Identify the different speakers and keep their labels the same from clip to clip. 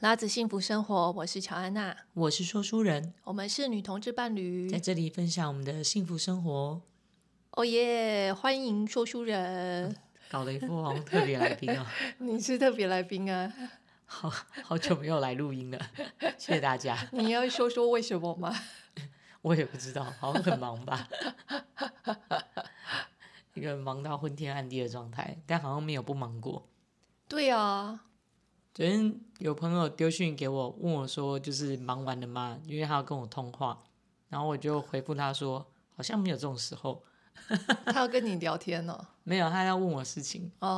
Speaker 1: 拉子幸福生活，我是乔安娜，
Speaker 2: 我是说书人，
Speaker 1: 我们是女同志伴侣
Speaker 2: 在。这里分享我们的幸福生活，
Speaker 1: 哦耶！欢迎说书人，
Speaker 2: 搞了一副好像特别来宾哦，
Speaker 1: 你是特别来宾啊，
Speaker 2: 好好久没有来录音了， 谢谢大家，
Speaker 1: 你要说说为什么吗？
Speaker 2: 我也不知道，好像很忙吧， 一个忙到昏天暗地的状态，但好像没有不忙过。
Speaker 1: 对啊，
Speaker 2: 昨天有朋友丢讯给我，问我说就是忙完了吗？因为他要跟我通话，然后我就回复他说好像没有这种时候，
Speaker 1: 他要跟你聊天哦呢、
Speaker 2: 没有，他要问我事情，
Speaker 1: 哦。哦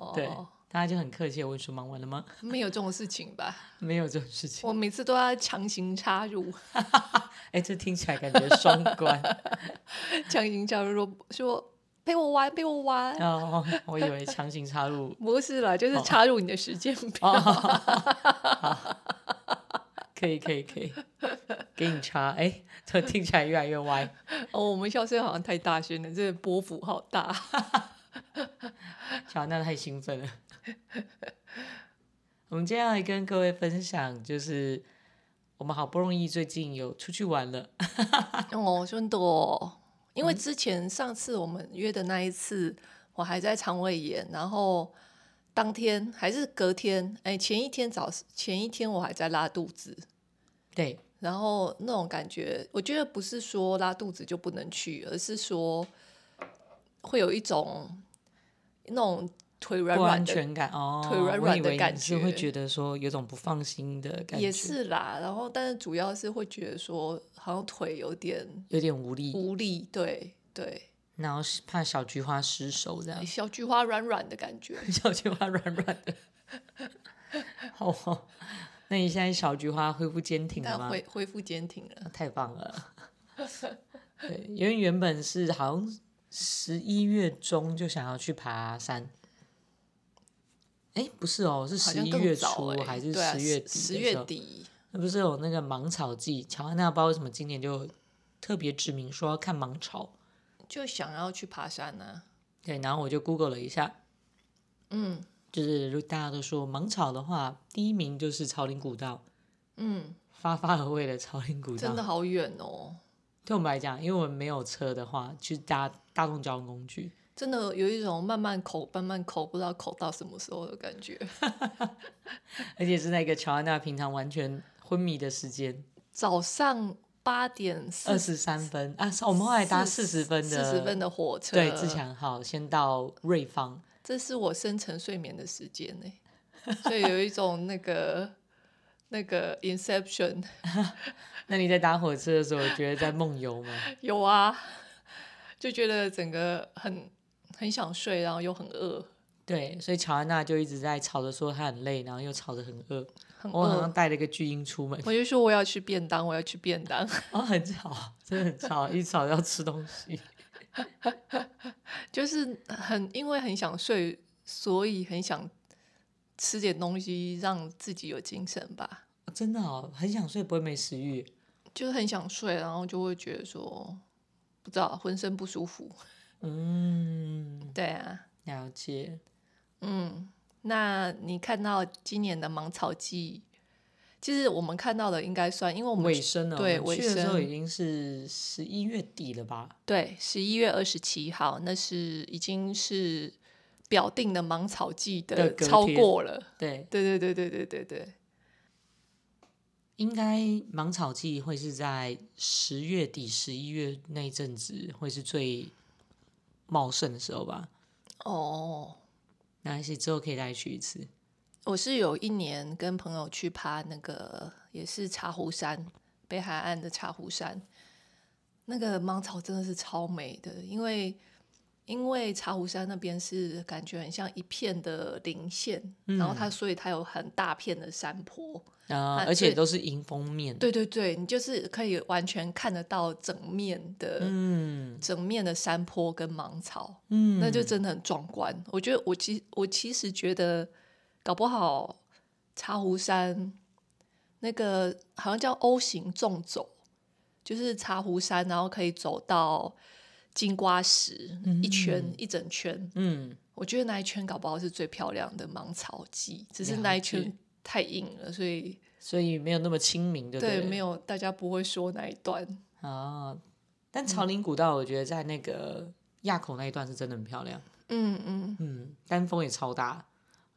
Speaker 1: 哦哦
Speaker 2: 对
Speaker 1: 哦，，
Speaker 2: 他就很客气的问说忙完了吗？
Speaker 1: 没有这种事情吧？
Speaker 2: 没有这种事情。
Speaker 1: 我每次都要强行插 入，
Speaker 2: 哎，这听起来感觉双关
Speaker 1: 强行插入说说陪我玩，陪我玩。哦
Speaker 2: 哦，我以为强行插入
Speaker 1: 不是啦，就是插入你的时间表。
Speaker 2: 哦，可以可以可以，给你插，哎，这听起来越来越歪。
Speaker 1: 哦，我们笑声好像太大声了，这波幅好大。
Speaker 2: 小安娜太兴奋了。我们接下来跟各位分享，就是我们好不容易最近有出去玩了，
Speaker 1: 哦，真的哦，因为
Speaker 2: 嗯
Speaker 1: 之前上次我们约的那一次，我还在肠胃炎，然后当天还是隔天，哎，前一天早前一天我还在拉肚子，
Speaker 2: 对，
Speaker 1: 然后那种感觉，我觉得不是说拉肚子就不能去，而是说会有一种那种腿软
Speaker 2: 不
Speaker 1: 软
Speaker 2: 安
Speaker 1: 的
Speaker 2: 全感哦，
Speaker 1: 腿软软的感觉
Speaker 2: 我以为你是会觉得说有种不放心的感觉，
Speaker 1: 也是啦，然后但是主要是会觉得说好像腿有点
Speaker 2: 有点无力，
Speaker 1: 无力，对对，
Speaker 2: 然后是怕小菊花失手这样。
Speaker 1: 小菊花软软的感 觉。
Speaker 2: 小菊花软软的， 好哦。那你现在小菊花恢复坚挺了
Speaker 1: 但
Speaker 2: 吗？
Speaker 1: 恢恢复坚挺了。
Speaker 2: 太棒了。 对，因为原本是好像十一月中就想要去爬山，哎，不是哦，是
Speaker 1: 好
Speaker 2: 十
Speaker 1: 像
Speaker 2: 一
Speaker 1: 更
Speaker 2: 月
Speaker 1: 早
Speaker 2: 初、
Speaker 1: 欸
Speaker 2: 还是
Speaker 1: 对啊
Speaker 2: 十月
Speaker 1: 十
Speaker 2: 底？
Speaker 1: 十月，底，
Speaker 2: 那不是有那个芒草季？乔安娜不知道为什么今年就特别指明说要看芒草。
Speaker 1: 就想要去爬山呢、
Speaker 2: 对，然后我就 Google 了一下，
Speaker 1: 嗯
Speaker 2: 就是如大家都说芒草的话，第一名就是草林古道。
Speaker 1: 嗯，
Speaker 2: 发发而为的朝林古
Speaker 1: 真
Speaker 2: 道。
Speaker 1: 的好远哦，
Speaker 2: 对我们来讲，因为我们没有车的话，去搭大众交通工具，
Speaker 1: 真的有一种慢慢口慢慢口，不知道口到什么时候的感觉。
Speaker 2: 而且是那个乔安娜平常完全昏迷的时间，
Speaker 1: 早上八点
Speaker 2: 二
Speaker 1: 四
Speaker 2: 十三分啊！是我们后来呃搭四十分的，
Speaker 1: 四十分的火车，
Speaker 2: 对自强号，先到瑞芳，
Speaker 1: 这是我深层睡眠的时间呢、所以有一种那个那个 Inception
Speaker 2: 那你在搭火车的时候，觉得在梦 游吗？
Speaker 1: 有啊，就觉得整个很很想睡，然后又很饿，
Speaker 2: 对，所以乔安娜就一直在吵着说她很累，然后又吵着很饿。
Speaker 1: 很
Speaker 2: 我好
Speaker 1: 饿
Speaker 2: 像。带了一个巨婴出门，
Speaker 1: 嗯我就说我要吃便当，我要吃便当，
Speaker 2: 哦，很吵，真的很吵，一吵要吃 东西。
Speaker 1: 就是很因为很想睡，所以很想吃点东西让自己有精神吧，
Speaker 2: 真的哦，很想睡，不会没食欲。
Speaker 1: 就是很想睡，然后就会觉得说不知道浑身不舒服。
Speaker 2: 嗯，
Speaker 1: 对啊，
Speaker 2: 了解。
Speaker 1: 嗯，那你看到今年的芒草季，其实我们看到的应该算，因为我们
Speaker 2: 尾声了，
Speaker 1: 对
Speaker 2: 我
Speaker 1: 尾
Speaker 2: 们去的时候
Speaker 1: 声
Speaker 2: 已经是十一月底了吧？
Speaker 1: 对十一月二十七号，那是已经是表定的芒草季
Speaker 2: 的
Speaker 1: 的
Speaker 2: 隔
Speaker 1: 超
Speaker 2: 天
Speaker 1: 过了。
Speaker 2: 对，
Speaker 1: 对对对对对对对。
Speaker 2: 应该芒草季会是在十月底、十一月那一阵子会是最茂盛的时候吧？
Speaker 1: 哦，
Speaker 2: 那是之后可以再去一次。
Speaker 1: 我是有一年跟朋友去爬那个也是茶壶山，北海岸的茶壶山，那个芒草真的是超美的，因为因为茶壶山那边是感觉很像一片的林线，然后它所以它有很大片的山坡，
Speaker 2: 呃，
Speaker 1: 啊
Speaker 2: 而且
Speaker 1: 对
Speaker 2: 都是迎风面。，
Speaker 1: 对对对，你就是可以完全看得到整面的、
Speaker 2: 嗯
Speaker 1: 整面的山坡跟芒草，
Speaker 2: 嗯，
Speaker 1: 那就真的很壮观。我觉得我其我其实觉得，搞不好茶壶山那个好像叫 O 型纵走，就是茶壶山，然后可以走到金瓜石、一圈一整圈。
Speaker 2: 嗯，
Speaker 1: 我觉得那一圈搞不好是最漂亮的芒草季，只是
Speaker 2: 了
Speaker 1: 那一
Speaker 2: 解
Speaker 1: 圈太硬了，所以
Speaker 2: 所以没有那么亲民，对不
Speaker 1: 对
Speaker 2: 对
Speaker 1: 没有大家不会说那一段。
Speaker 2: 哦，但朝林古道，我觉得在那个垭口那一段是真的很漂亮。
Speaker 1: 嗯嗯，
Speaker 2: 嗯，丹峰也超大，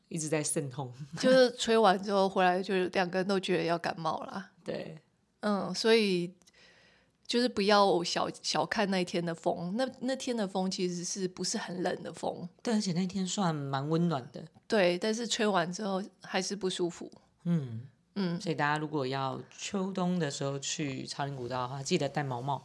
Speaker 2: 一直在渗痛。
Speaker 1: 就是吹完之后回来，就是两个人都觉得要感冒啦。
Speaker 2: 对，
Speaker 1: 嗯，所以就是不要小小看那一天的风，那那天的风其实是不是很冷的风？
Speaker 2: 对，而且那天算蛮温暖的。
Speaker 1: 对，但是吹完之后还是不舒服。
Speaker 2: 嗯，
Speaker 1: 嗯，
Speaker 2: 所以大家如果要秋冬的时候去朝林古道的话，记得带毛帽。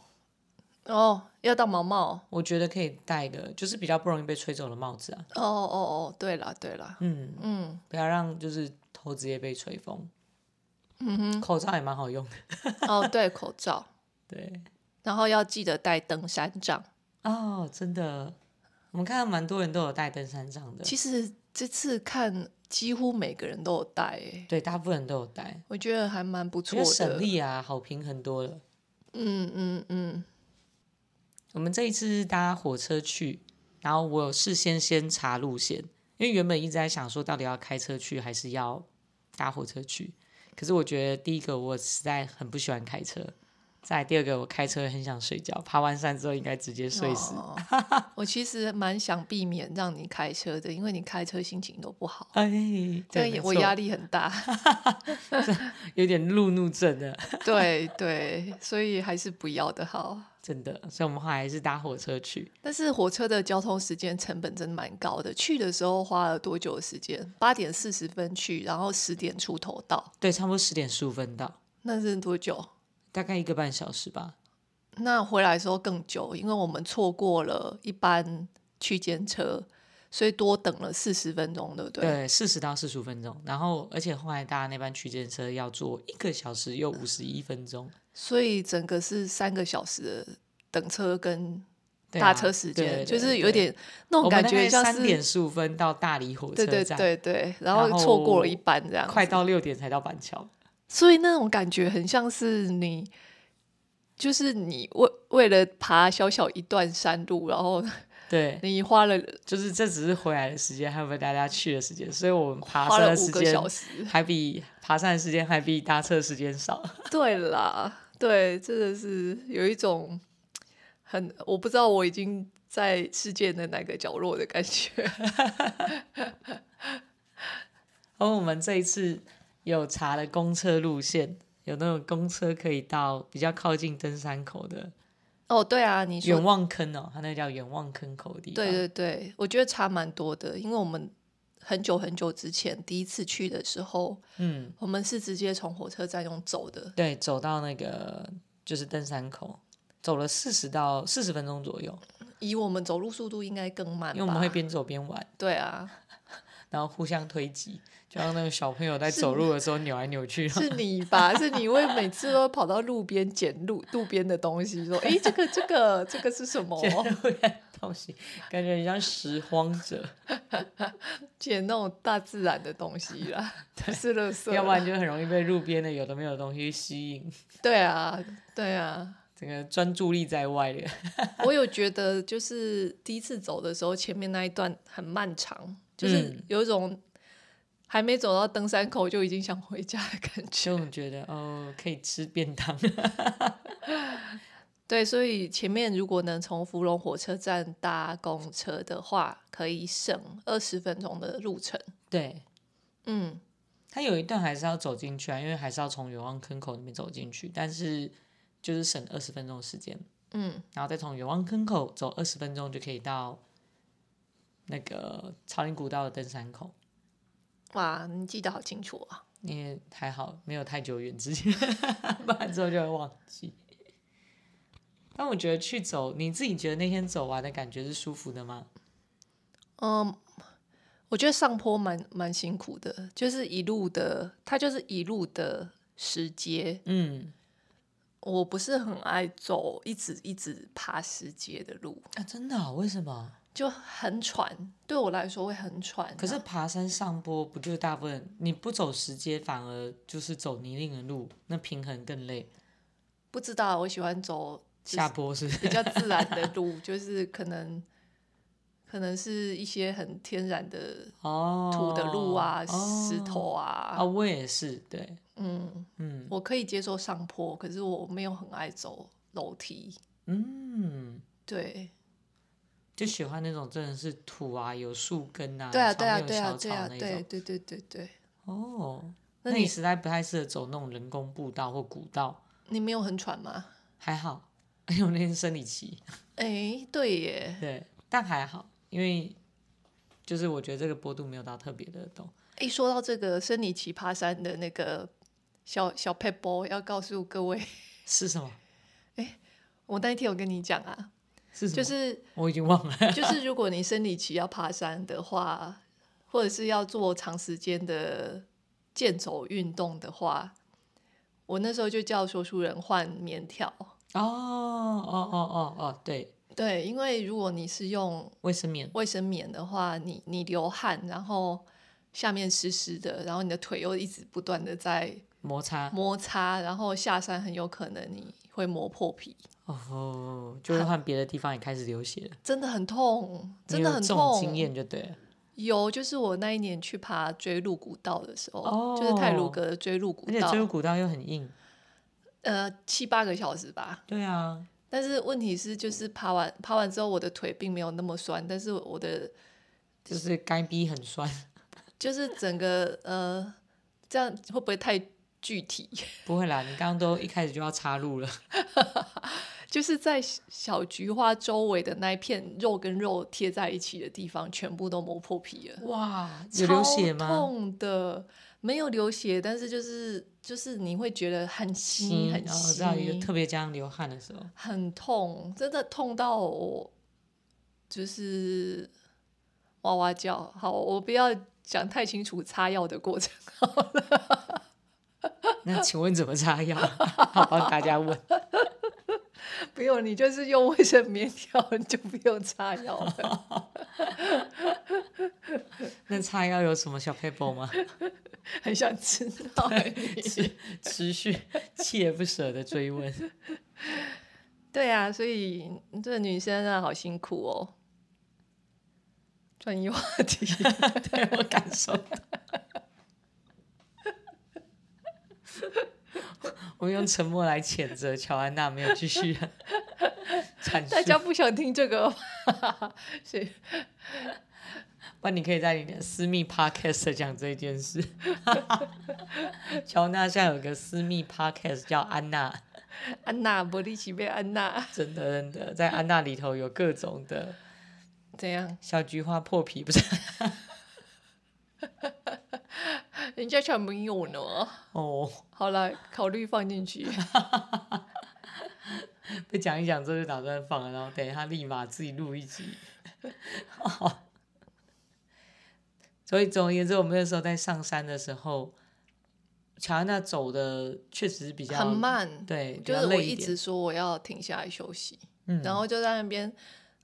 Speaker 1: 哦，要到毛毛。
Speaker 2: 我觉得可以戴个，就是比较不容易被吹走的帽子啊。
Speaker 1: 哦哦哦，对啦对啦，
Speaker 2: 嗯，
Speaker 1: 嗯
Speaker 2: 不要让就是头直接被吹风。
Speaker 1: 嗯哼，
Speaker 2: 口罩也蛮好用的。
Speaker 1: 哦对，口罩，
Speaker 2: 对，
Speaker 1: 然后要记得带登山杖。
Speaker 2: 哦，真的，我们看到蛮多人都有带登山杖的。
Speaker 1: 其实这次看几乎每个人都有带、欸，
Speaker 2: 对，大部分人都有带。
Speaker 1: 我觉得还蛮不
Speaker 2: 觉
Speaker 1: 错
Speaker 2: 得
Speaker 1: 的。
Speaker 2: 省力啊，好评很多了。
Speaker 1: 嗯嗯嗯，
Speaker 2: 我们这一次是搭火车去，然后我有事先先查路线，因为原本一直在想说到底要开车去还是要搭火车去。可是我觉得第一个我实在很不喜欢开车，再来第二个我开车很想睡觉，爬完山之后应该直接睡死。
Speaker 1: 哦 我其实蛮想避免让你开车的，因为你开车心情都不好。
Speaker 2: 哎，
Speaker 1: 对，
Speaker 2: 没
Speaker 1: 我
Speaker 2: 错
Speaker 1: 压力很 大，
Speaker 2: 有点路怒症的，
Speaker 1: 对对，所以还是不要的好。
Speaker 2: 真的。所以我们后来还是搭火车去，
Speaker 1: 但是火车的交通时间成本真的蛮高的，去的时候花了多久的时间？八点四十分去，然后十点出头到，
Speaker 2: 对，差不多十点十五分到，
Speaker 1: 那是多久？
Speaker 2: 大概一个半小时吧。
Speaker 1: 那回来的时候更久，因为我们错过了一班区间车，所以多等了四十分钟，对不对？
Speaker 2: 对，四十到四十五分钟。然后，而且后来搭那班区间车要坐一个小时又五十一分钟，
Speaker 1: 所以整个是三个小时的等车跟
Speaker 2: 对啊
Speaker 1: 搭车时间，
Speaker 2: 对对
Speaker 1: 就是有
Speaker 2: 对
Speaker 1: 点那种感觉像
Speaker 2: 三
Speaker 1: 是
Speaker 2: 点十五分到大理火车
Speaker 1: 对
Speaker 2: 站，
Speaker 1: 对对对，然
Speaker 2: 然
Speaker 1: 后错过
Speaker 2: 后
Speaker 1: 了一班这样子，
Speaker 2: 快到六点才到板桥。
Speaker 1: 所以那种感觉很像是你，就是你为为了爬小小一段山路，然后
Speaker 2: 对，
Speaker 1: 你花了
Speaker 2: 就是这只是回来的时间，还有被大家去的时间，所以我们爬
Speaker 1: 花
Speaker 2: 山
Speaker 1: 了
Speaker 2: 的
Speaker 1: 五
Speaker 2: 时
Speaker 1: 个
Speaker 2: 间。
Speaker 1: 小时
Speaker 2: 还比爬山的时间还比搭车的时间少。
Speaker 1: 对啦，对，真的是有一种很我不知道我已经在世界的哪个角落的感觉。
Speaker 2: 而我们这一次有查了公车路线，有那种公车可以到比较靠近登山口的
Speaker 1: 哦，对啊，你说
Speaker 2: 远望坑哦，它那个叫远望坑口的地方。
Speaker 1: 对对对，我觉得差蛮多的，因为我们很久很久之前第一次去的时候，
Speaker 2: 嗯，
Speaker 1: 我们是直接从火车站用走的，
Speaker 2: 对，走到那个就是登山口，走了四十到四十分钟左右，
Speaker 1: 以我们走路速度应该更慢吧，
Speaker 2: 因为我们会边走边玩，
Speaker 1: 对 啊，
Speaker 2: 然后互相推挤，就像那个小朋友在走路的时候扭来扭去。
Speaker 1: 是你吧？是你会每次都跑到路边捡路路边的东西，说：“诶，这个、这个、这个是什么
Speaker 2: 捡路边东西，感觉很像拾荒 者，？”
Speaker 1: 捡那种大自然的东西 啦，不是垃圾啦。
Speaker 2: 要不然就很容易被路边的有的没有的东西吸引，
Speaker 1: 对啊，对啊。
Speaker 2: 整个专注力在外的。
Speaker 1: 我有觉得，就是第一次走的时候，前面那一段很漫长，就是
Speaker 2: 嗯
Speaker 1: 有一种还没走到登山口就已经想回家的感觉。
Speaker 2: 就觉得哦，可以吃便当，
Speaker 1: 对，所以前面如果能从芙蓉火车站搭公车的话，可以省二十分钟的路程。
Speaker 2: 对。
Speaker 1: 嗯，
Speaker 2: 它有一段还是要走进去啊，因为还是要从远望坑口那边走进去，但是就是省二十分钟的时间。
Speaker 1: 嗯，
Speaker 2: 然后再从远望坑口走二十分钟就可以到那个朝林古道的登山口。
Speaker 1: 哇，你记得好清楚啊！
Speaker 2: 你也还好，没有太久远之前， 不然之后就会忘记。但我觉得去走，你自己觉得那天走完的感觉是舒服的吗？
Speaker 1: 嗯，我觉得上坡蛮蛮辛苦的，就是一路的，它就是一路的石阶。
Speaker 2: 嗯，
Speaker 1: 我不是很爱走一直一直爬石阶的路，
Speaker 2: 啊，真的、哦？为什么？
Speaker 1: 就很喘，对我来说会很喘啊、
Speaker 2: 可是爬山上坡不就是大部分你不走石阶，反而就是走泥泞的路，那平衡更累。
Speaker 1: 不知道，我喜欢走
Speaker 2: 下坡是不是？
Speaker 1: 比较自然的路，就是可能。可能是一些很天然的
Speaker 2: 哦，
Speaker 1: 土的路啊、
Speaker 2: 哦
Speaker 1: 石头
Speaker 2: 啊、
Speaker 1: 啊，
Speaker 2: 我也是，对，
Speaker 1: 嗯，
Speaker 2: 嗯
Speaker 1: 我可以接受上坡，可是我没有很爱走楼梯。
Speaker 2: 嗯，
Speaker 1: 对，
Speaker 2: 就喜欢那种真的是土啊，有树根啊，
Speaker 1: 对啊，
Speaker 2: 旁
Speaker 1: 对啊，
Speaker 2: 边有
Speaker 1: 对啊，
Speaker 2: 小
Speaker 1: 对
Speaker 2: 草
Speaker 1: 啊，
Speaker 2: 那
Speaker 1: 对，
Speaker 2: 种
Speaker 1: 对，对，对，对，
Speaker 2: 哦，
Speaker 1: 那
Speaker 2: 那
Speaker 1: 你
Speaker 2: 你实在不太适合走那种人工步道或古道，
Speaker 1: 你没有很喘吗？
Speaker 2: 还好， 因为我那天生理期，
Speaker 1: 哎，对耶，
Speaker 2: 对，但还好，因为就是我觉得这个坡度没有到特别的陡，
Speaker 1: 一说到这个生理奇爬山的那个小小 p e b l 要告诉各位，
Speaker 2: 是什么？
Speaker 1: 我那一天有跟你讲啊，
Speaker 2: 是什么？
Speaker 1: 就是
Speaker 2: 我已经忘了，
Speaker 1: 就是如果你生理期要爬山的话，或者是要做长时间的健走运动的话，我那时候就叫说书人换棉条。
Speaker 2: 哦哦哦哦哦，对，
Speaker 1: 对，因为如果你是用
Speaker 2: 卫生棉，
Speaker 1: 卫生棉的话，你你流汗，然后下面湿湿的，然后你的腿又一直不断的在
Speaker 2: 摩擦，
Speaker 1: 摩擦，然后下山很有可能你会磨破皮，
Speaker 2: 哦，就会换别的地方也开始流血了，
Speaker 1: 真的很痛，真的
Speaker 2: 你有
Speaker 1: 很
Speaker 2: 这
Speaker 1: 痛
Speaker 2: 种。经验就对了。
Speaker 1: 有，就是我那一年去爬追鹿古道的时候，
Speaker 2: 哦
Speaker 1: 就是泰鲁格的追鹿古
Speaker 2: 而且
Speaker 1: 道
Speaker 2: 追，入古道又很硬，
Speaker 1: 呃，七八个小时吧。
Speaker 2: 对啊，
Speaker 1: 但是问题是，就是爬完爬完之后，我的腿并没有那么酸，但是我的
Speaker 2: 就是该逼很酸，
Speaker 1: 就是整个呃，这样会不会太具体？
Speaker 2: 不会啦，你刚刚都一开始就要插入了，
Speaker 1: 就是在小菊花周围的那一片肉跟肉贴在一起的地方，全部都磨破皮了。
Speaker 2: 哇，有流血
Speaker 1: 超
Speaker 2: 吗？
Speaker 1: 痛的，没有流血，但是就是就是你会觉得很
Speaker 2: 心
Speaker 1: 心很
Speaker 2: 哦我知
Speaker 1: 心，
Speaker 2: 道，有特别加上流汗的时候，
Speaker 1: 很痛，真的痛到我就是哇哇叫。好，我不要讲太清楚擦药的过程。
Speaker 2: 那请问怎么擦药？ 好帮大家问，
Speaker 1: 不用，你就是用卫生棉条，你就不用擦药了。
Speaker 2: 那擦药有什么小 paper 吗？
Speaker 1: 很想知道、欸 你
Speaker 2: 持 持续锲而不舍的追问，
Speaker 1: 对啊，所以这女生啊，好辛苦哦。转移话题，
Speaker 2: 对我感受到。 我用沉默来谴责乔安娜没有继续阐
Speaker 1: 大家
Speaker 2: 述，
Speaker 1: 不想听这个吧， 谁
Speaker 2: 不然你可以在你的私密 podcast 讲这件事。 乔安娜现在有个私密 podcast 叫安娜，
Speaker 1: 安娜，伯利奇贝安娜
Speaker 2: 真的真的，在安娜里头有各种的
Speaker 1: 怎样？
Speaker 2: 小菊花破皮，不是
Speaker 1: 人家才没有呢。
Speaker 2: 哦，
Speaker 1: 好了，考虑放进去。
Speaker 2: 被讲一讲之后就打算放了，然后等一下立马自己录一集。 所以总而言之，我们那时候在上山的时候，乔安娜走的确实比较
Speaker 1: 很，慢，
Speaker 2: 对，比
Speaker 1: 就
Speaker 2: 较
Speaker 1: 是我
Speaker 2: 累
Speaker 1: 一
Speaker 2: 点
Speaker 1: 直。说我要停下来休息，
Speaker 2: 嗯，
Speaker 1: 然后就在那边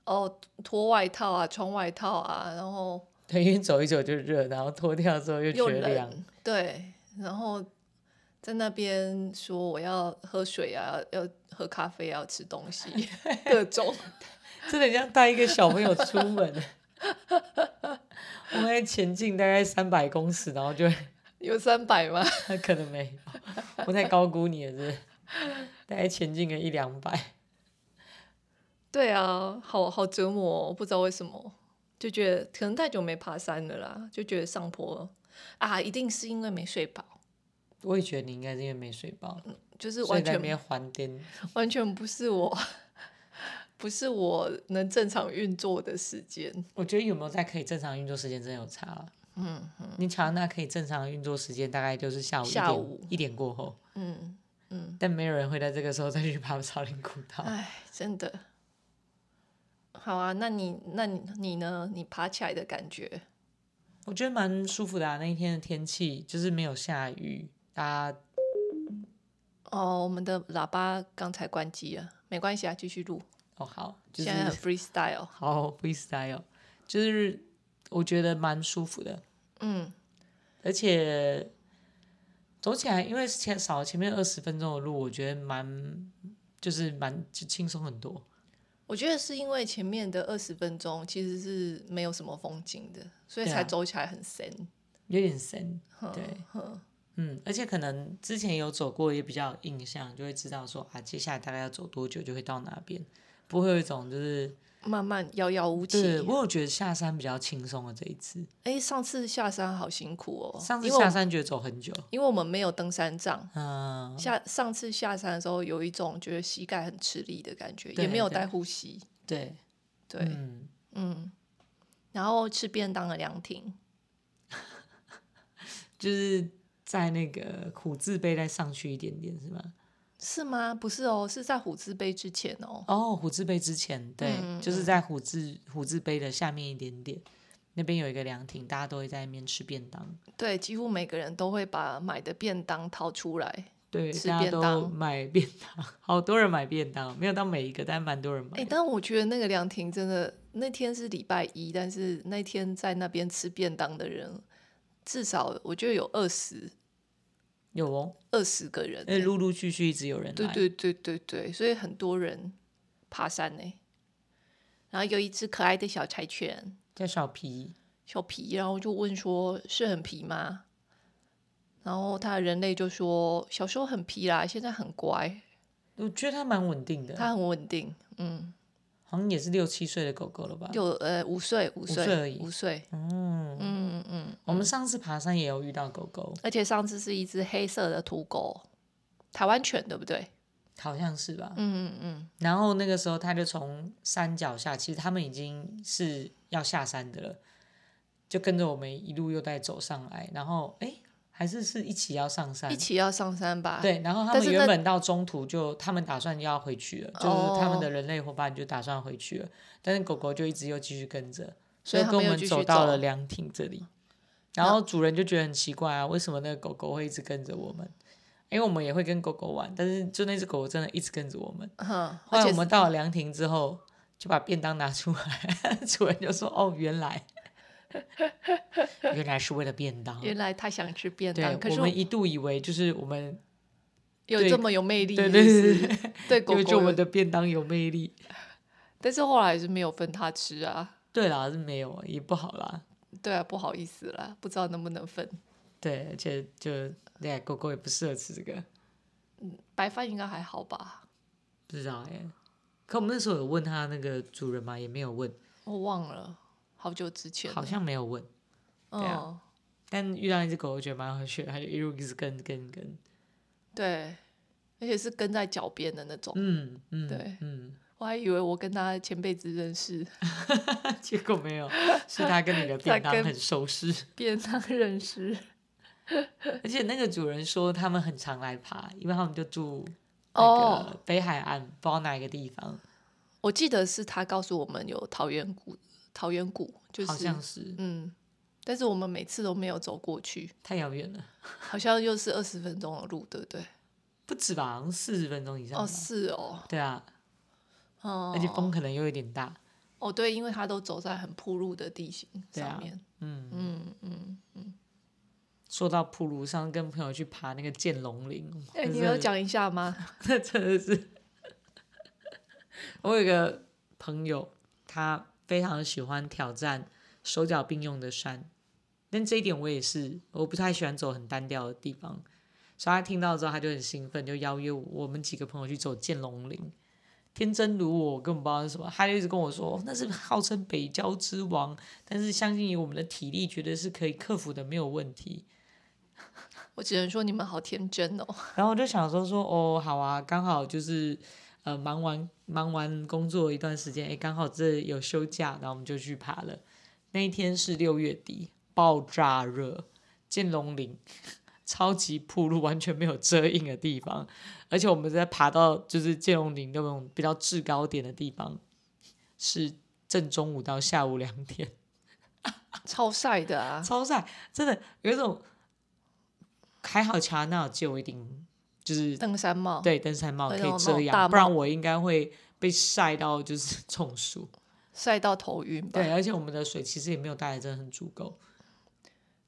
Speaker 1: 哦脱外套啊，穿外套啊，然后
Speaker 2: 对，因为走一走就热，然后脱掉之后又
Speaker 1: 又
Speaker 2: 觉得凉。
Speaker 1: 冷，对，然后在那边说我要喝水啊，要喝咖啡啊，要吃东西， 各种。
Speaker 2: 真的很像带一个小朋友出门。我们在前进大概三百公尺，然后就
Speaker 1: 有三百吗？
Speaker 2: 可能没有，我太高估你了，是不是大概前进个一两百。
Speaker 1: 对啊，好好折磨、哦，不知道为什么，就觉得可能太久没爬山了啦，就觉得上坡啊，一定是因为没睡饱，
Speaker 2: 我也觉得你应该是因为没睡饱，
Speaker 1: 就是
Speaker 2: 所以
Speaker 1: 嗯完
Speaker 2: 在那
Speaker 1: 全
Speaker 2: 边还颠。
Speaker 1: 完全不是我，不是我能正常运作的时间。
Speaker 2: 我觉得有没有在可以正常运作时间真的有差了。
Speaker 1: 嗯
Speaker 2: 你乔安娜可以正常运作时间大概就是下午一
Speaker 1: 下
Speaker 2: 点
Speaker 1: 午
Speaker 2: 一点过后，
Speaker 1: 嗯嗯，
Speaker 2: 但没有人会在这个时候再去爬超林古道。
Speaker 1: 哎，真的。好啊，那你那你你呢？你爬起来的感觉？
Speaker 2: 我觉得蛮舒服的啊，那一天的天气就是没有下雨，大家
Speaker 1: 哦，我们的喇叭刚才关机了，没关系啊，继续录。
Speaker 2: 哦好，就是
Speaker 1: 现在很 freestyle。
Speaker 2: 好 freestyle，就是我觉得蛮舒服的，
Speaker 1: 嗯，
Speaker 2: 而且走起来，因为前少了前面二十分钟的路，我觉得蛮就是蛮就轻松很多。
Speaker 1: 我觉得是因为前面的二十分钟其实是没有什么风景的，所以
Speaker 2: 对啊
Speaker 1: 才走起来很森。
Speaker 2: 有点深，
Speaker 1: 哼
Speaker 2: 对，
Speaker 1: 哼
Speaker 2: 嗯，而且可能之前有走过，也比较有印象，就会知道说啊，接下来大概要走多久就会到哪边，不会有一种就是
Speaker 1: 慢慢遥遥无
Speaker 2: 对
Speaker 1: 期。
Speaker 2: 我有觉得下山比较轻松的这一次，
Speaker 1: 哎，上次下山好辛苦哦，
Speaker 2: 上次
Speaker 1: 因为我
Speaker 2: 下山觉得走很久，
Speaker 1: 因为我们没有登山杖。
Speaker 2: 嗯，
Speaker 1: 下上次下山的时候，有一种觉得膝盖很吃力的感觉，
Speaker 2: 对
Speaker 1: 也没有
Speaker 2: 对
Speaker 1: 带护膝。
Speaker 2: 对，
Speaker 1: 对，
Speaker 2: 嗯，
Speaker 1: 嗯，然后吃便当的凉亭，
Speaker 2: 就是在那个虎字碑再上去一点点是吗？
Speaker 1: 是吗？不是哦，是在虎字碑之前哦。
Speaker 2: 哦，虎字碑之前，对，
Speaker 1: 嗯
Speaker 2: 就是在虎字虎字碑的下面一点点，那边有一个凉亭，大家都会在那边吃便当，
Speaker 1: 对，几乎每个人都会把买的便当掏出来。
Speaker 2: 对，
Speaker 1: 吃
Speaker 2: 大家
Speaker 1: 便
Speaker 2: 都
Speaker 1: 当
Speaker 2: 买便当， 好多人买便当，没有到每一个，但蛮多人买
Speaker 1: 哎，
Speaker 2: 的。
Speaker 1: 但我觉得那个凉亭真的，那天是礼拜一，但是那天在那边吃便当的人，至少我觉得有二十
Speaker 2: 有哦，
Speaker 1: 二十个人
Speaker 2: 那
Speaker 1: 欸。
Speaker 2: 陆陆续续一直有人来，
Speaker 1: 对对对对对，所以很多人爬山呢、然后有一只可爱的小柴犬
Speaker 2: 叫小皮，
Speaker 1: 小皮，然后就问说是很皮吗？然后他的人类就说小时候很皮啦，现在很乖，
Speaker 2: 我觉得它蛮稳定的，
Speaker 1: 它很稳定。嗯，
Speaker 2: 好像也是六七岁的狗狗了吧？
Speaker 1: 就呃五岁五
Speaker 2: 嗯岁而已
Speaker 1: 岁五岁，
Speaker 2: 嗯，
Speaker 1: 嗯嗯，
Speaker 2: 我们上次爬山也有遇到狗狗，
Speaker 1: 而且上次是一只黑色的土狗，台湾犬对不对？
Speaker 2: 好像是吧？
Speaker 1: 嗯嗯嗯，
Speaker 2: 然后那个时候他就从山脚下，其实他们已经是要下山的了，就跟着我们一路又在走上来，然后哎，还是是一起要上山
Speaker 1: 一。起要上山吧？，
Speaker 2: 嗯对，然后他
Speaker 1: 但
Speaker 2: 们
Speaker 1: 是那哦
Speaker 2: 原本到中途就，他们打算要回去了，就是他们的人类伙伴就打算回去了，但是狗狗就一直又继续跟着，
Speaker 1: 所以
Speaker 2: 就
Speaker 1: 他
Speaker 2: 跟
Speaker 1: 们又
Speaker 2: 我们
Speaker 1: 继续
Speaker 2: 走到
Speaker 1: 走
Speaker 2: 了凉亭这里，然后主人就觉得很奇怪啊，为什么那个狗狗会一直跟着我们？因为我们也会跟狗狗玩，但是就那只狗狗真的一直跟着我们，
Speaker 1: 哼，
Speaker 2: 后
Speaker 1: 而
Speaker 2: 来
Speaker 1: 且
Speaker 2: 我们到了凉亭之后，就把便当拿出来， 主人就说：“哦，原来，原来是为了便当。
Speaker 1: 原来它想吃便
Speaker 2: 对
Speaker 1: 当，可，
Speaker 2: 我
Speaker 1: 是
Speaker 2: 们一度以为就是我们，
Speaker 1: 有
Speaker 2: 对
Speaker 1: 这么有魅力，
Speaker 2: 对
Speaker 1: 是不
Speaker 2: 对
Speaker 1: 是
Speaker 2: 对对，
Speaker 1: 对狗
Speaker 2: 因为就我
Speaker 1: 狗
Speaker 2: 们
Speaker 1: 有，
Speaker 2: 的便当有魅力。
Speaker 1: 但是后来是没有分它吃啊，
Speaker 2: 对啦，是没有也不好啦。
Speaker 1: 对啊，不好意思啦，不知道能不能分。
Speaker 2: 对，而且就对狗狗也不适合吃这个，
Speaker 1: 白饭应该还好吧，
Speaker 2: 不知道耶。可我们那时候有问他那个主人嘛，也没有问，
Speaker 1: 我忘了，好久之前了，
Speaker 2: 好像没有问。
Speaker 1: 嗯，
Speaker 2: 对啊但遇到一只狗，我觉得蛮有趣的，它就一路一直跟跟跟，
Speaker 1: 对，而且是跟在脚边的那种，
Speaker 2: 嗯嗯，
Speaker 1: 对
Speaker 2: 嗯。
Speaker 1: 我还以为我跟他前辈子认 识，
Speaker 2: 结果没有，是他跟你的便当
Speaker 1: 跟
Speaker 2: 很熟识，
Speaker 1: 便当认识。
Speaker 2: 而且那个主人说他们很常来爬，因为他们就住那
Speaker 1: 哦
Speaker 2: 个北海岸，不知道哪一个地方，
Speaker 1: 我记得是他告诉我们有桃源谷，桃源谷就是
Speaker 2: 好像是
Speaker 1: 嗯，但是我们每次都没有走过去，
Speaker 2: 太遥远了，
Speaker 1: 好像又是二十分钟的路，对不对？
Speaker 2: 不止吧，好像四十分钟以上吧。
Speaker 1: 哦，是哦，
Speaker 2: 对啊，
Speaker 1: 哦，
Speaker 2: 而且风可能又有点大，
Speaker 1: 哦，对，因为它都走在很铺路的地形
Speaker 2: 对啊
Speaker 1: 上面。
Speaker 2: 嗯。
Speaker 1: 嗯嗯，
Speaker 2: 说到普鲁上跟朋友去爬那个剑龙岭，
Speaker 1: 哎、
Speaker 2: 真
Speaker 1: 你
Speaker 2: 的
Speaker 1: 有
Speaker 2: 是
Speaker 1: 讲一下吗？
Speaker 2: 这真的是，我有一个朋友，他非常喜欢挑战手脚并用的山，但这一点我也是，我不太喜欢走很单调的地方，所以他听到之后他就很兴奋，就邀约我我们几个朋友去走剑龙岭。天真如我，我根本不知道是什么，他就一直跟我说那是号称北郊之王，但是相信以我们的体力，绝对是可以克服的，没有问题。
Speaker 1: 我只能说你们好天真哦。
Speaker 2: 然后我就想说说哦，好啊，刚好就是呃忙完忙完工作一段时间，诶，刚好这有休假，然后我们就去爬了。那一天是六月底，爆炸热，剑龙岭 超级铺路，完全没有遮阴的地方，而且我们在爬到就是剑龙岭那种比较制高点的地方，是正中午到下午两点。
Speaker 1: 超晒的啊！
Speaker 2: 超晒，真的有一种还好乔安娜有借我一顶，就是
Speaker 1: 登山帽，
Speaker 2: 对登山帽可
Speaker 1: 哦那
Speaker 2: 以
Speaker 1: 种
Speaker 2: 遮
Speaker 1: 那种大
Speaker 2: 阳，不然我应该会被晒到就是 中暑。
Speaker 1: 晒到头晕吧？
Speaker 2: 对，而啊且我们的水其实也没有带的真的很足够。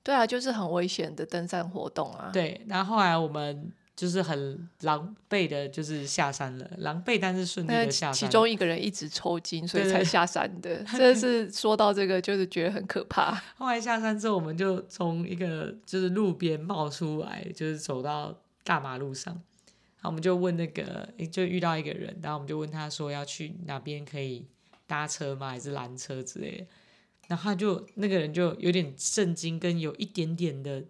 Speaker 1: 对啊，就是很危险的登山活动啊。
Speaker 2: 对，然后后来我们。就是很狼狈的，就是下山了，狼狈但是顺利
Speaker 1: 那
Speaker 2: 的下
Speaker 1: 其
Speaker 2: 山。
Speaker 1: 中一个人一直抽筋，所以
Speaker 2: 对
Speaker 1: 才
Speaker 2: 对
Speaker 1: 下山 的。这是说到这个，就是觉得很可怕。
Speaker 2: 后来下山之后，我们就从一个就是路边冒出来，就是走到大马路上，然后我们就问那个，诶就遇到一个人，然后我们就问他说要去哪边可以搭车吗，还是拦车之类的。然后他就那个人就有点震惊，跟有一点点的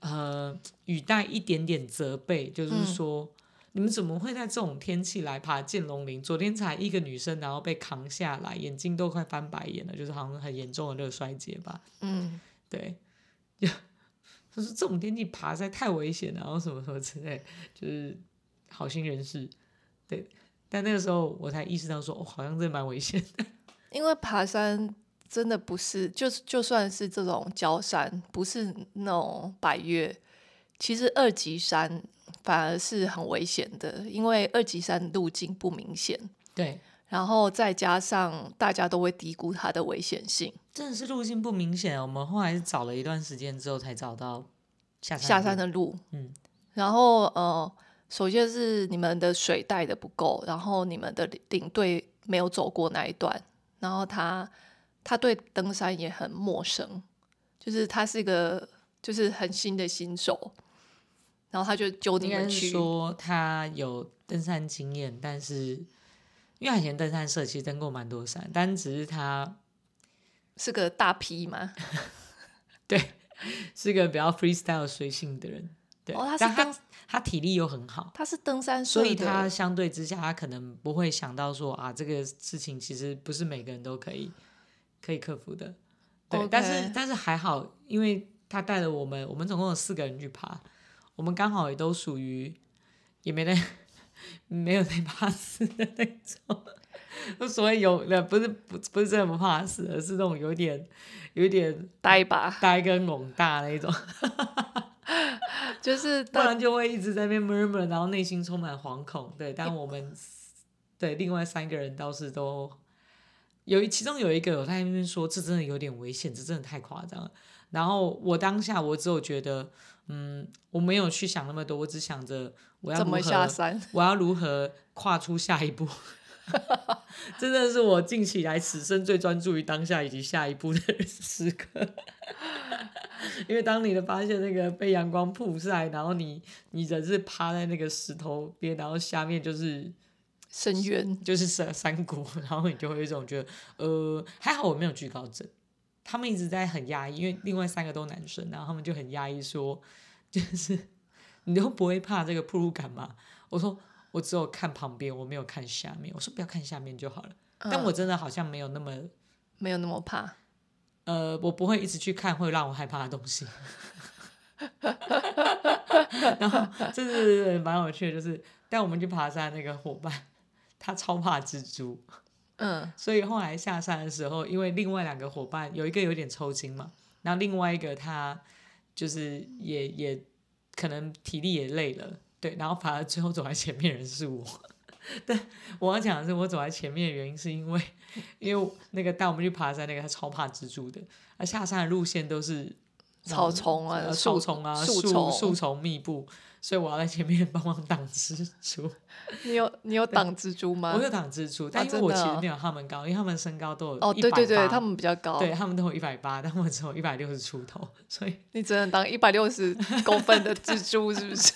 Speaker 2: 呃语带一点点责备，就是说。你们怎么会在这种天气来爬剑龙林？昨天才一个女生，然后被扛下来，眼睛都快翻白眼了，就是好像很严重的热衰竭吧。
Speaker 1: 嗯，
Speaker 2: 对，就就是这种天气爬实在太危险了，然后什么什么之类，就是好心人士，对。但那个时候我才意识到说，哦，好像真的蛮危险的。
Speaker 1: 因为爬山真的不是，就是就算是这种焦山，不是那种百越，其实二级山反而是很危险的，因为二级山路径不明显，
Speaker 2: 对，
Speaker 1: 然后再加上大家都会低估它的危险性。
Speaker 2: 真的是路径不明显。哦我们后来是找了一段时间之后才找到下山
Speaker 1: 下山
Speaker 2: 的
Speaker 1: 的路，
Speaker 2: 嗯，
Speaker 1: 然后呃，首先是你们的水带的不够，然后你们的领领队没有走过那一段，然后他他对登山也很陌生，就是他是一个就是很新的新手，然后他就揪
Speaker 2: 路
Speaker 1: 你
Speaker 2: 应该
Speaker 1: 们
Speaker 2: 是
Speaker 1: 去，
Speaker 2: 说他有登山经验，但是因为他以前登山社其实登过蛮多山，但只是他
Speaker 1: 是个大 P 嘛，
Speaker 2: 是个比较 freestyle 随性的人。对，
Speaker 1: 哦他是
Speaker 2: 但
Speaker 1: 登
Speaker 2: 他他体力又很好，
Speaker 1: 他是登山社
Speaker 2: 所
Speaker 1: 的，
Speaker 2: 以他相对之下，他可能不会想到说啊，这个事情其实不是每个人都可以可以克服的。对
Speaker 1: OK
Speaker 2: 但是但是还好，因为他带了我们，我们总共有四个人去爬，我们刚好也都属于也没在没有在怕死的那种， 所以有的不是不不是真的不怕死，而是那种有点有点
Speaker 1: 呆吧，
Speaker 2: 呆跟懵大那一种。
Speaker 1: 就是
Speaker 2: 不
Speaker 1: 大
Speaker 2: 然就会一直在那边 murmur，然后内心充满惶恐。对，但我们对另外三个人倒是都有一，其中有一个有在那边说，这真的有点危险，这真的太夸张了。然后我当下我只有觉得，嗯，我没有去想那么多，我只想着我要
Speaker 1: 怎
Speaker 2: 如何
Speaker 1: 么下山？
Speaker 2: 我要如何跨出下一步？ 真的是我近期来此生最专注于当下以及下一步的时刻， 因为当你的发现那个被阳光曝晒，然后你你人是趴在那个石头边，然后下面就是
Speaker 1: 深渊，
Speaker 2: 就是山山谷，然后你就会有一种觉得，呃，还好我没有惧高症。他们一直在很压抑，因为另外三个都男生，然后他们就很压抑说，就是你都不会怕这个暴露感吗？我说我只有看旁边，我没有看下面。我说不要看下面就好了。但我
Speaker 1: 嗯
Speaker 2: 真的好像没有那么，
Speaker 1: 没有那么怕。
Speaker 2: 呃，我不会一直去看会让我害怕的东西。 然后这是蛮有趣的，就是带我们去爬山那个伙伴，他超怕蜘蛛。
Speaker 1: 嗯，
Speaker 2: 所以后来下山的时候，因为另外两个伙伴有一个有点抽筋嘛，然后另外一个他就是也也可能体力也累了，对，然后反而最后走在前面的人是我。 但我要讲的是，我走在前面的原因是因为， 因为那个带我们去爬山那个他超怕蜘蛛的，而下山的路线都是
Speaker 1: 草丛啊
Speaker 2: 呃
Speaker 1: 树
Speaker 2: 草丛啊、
Speaker 1: 树
Speaker 2: 树
Speaker 1: 丛
Speaker 2: 树丛密布，所以我要在前面帮忙挡蜘蛛。
Speaker 1: 你有你有挡蜘蛛吗
Speaker 2: 我？有挡蜘蛛，但因为
Speaker 1: 真
Speaker 2: 我
Speaker 1: 的
Speaker 2: 其
Speaker 1: 哦
Speaker 2: 实没有他们高，因为他们身高都有
Speaker 1: 哦，对对对，
Speaker 2: 180
Speaker 1: 他们比较哦高，
Speaker 2: 对他们都有一百八，但我只有一百六十出头，所以
Speaker 1: 你只能当一百六十公分的蜘 蛛，是不是？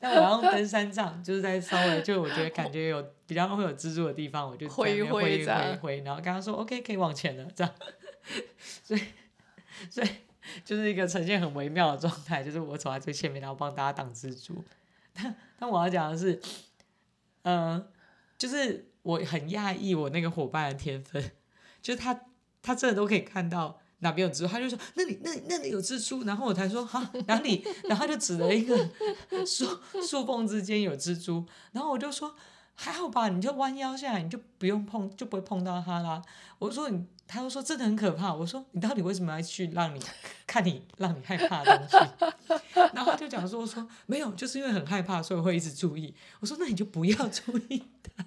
Speaker 2: 但我要用登山杖，就是在稍微就我觉得感觉 有比较会有蜘蛛的地方，我就在那边
Speaker 1: 挥一挥
Speaker 2: 挥一
Speaker 1: 这样
Speaker 2: 挥一挥，然后跟他说 OK 可以往前了，这样，所以所以就是一个呈现很微妙的状态，就是我走在最前面，然后帮大家挡蜘蛛。但但我要讲的是，嗯、就是我很讶异我那个伙伴的天分， 就是他他真的都可以看到哪边有蜘蛛，他就说那里那里那里有蜘蛛，然后我才说哈哪里， 然后他就指了一个树树缝之间有蜘蛛，然后我就说还好吧，你就弯腰下来，你就不用碰，就不会碰到它啦。我说你，他又说真的很可怕。我说你到底为什么要去让你看你让你害怕的东西？ 然后他就讲说，我说没有， 就是因为很害怕，所以我会一直注意。我说那你就不要注意它。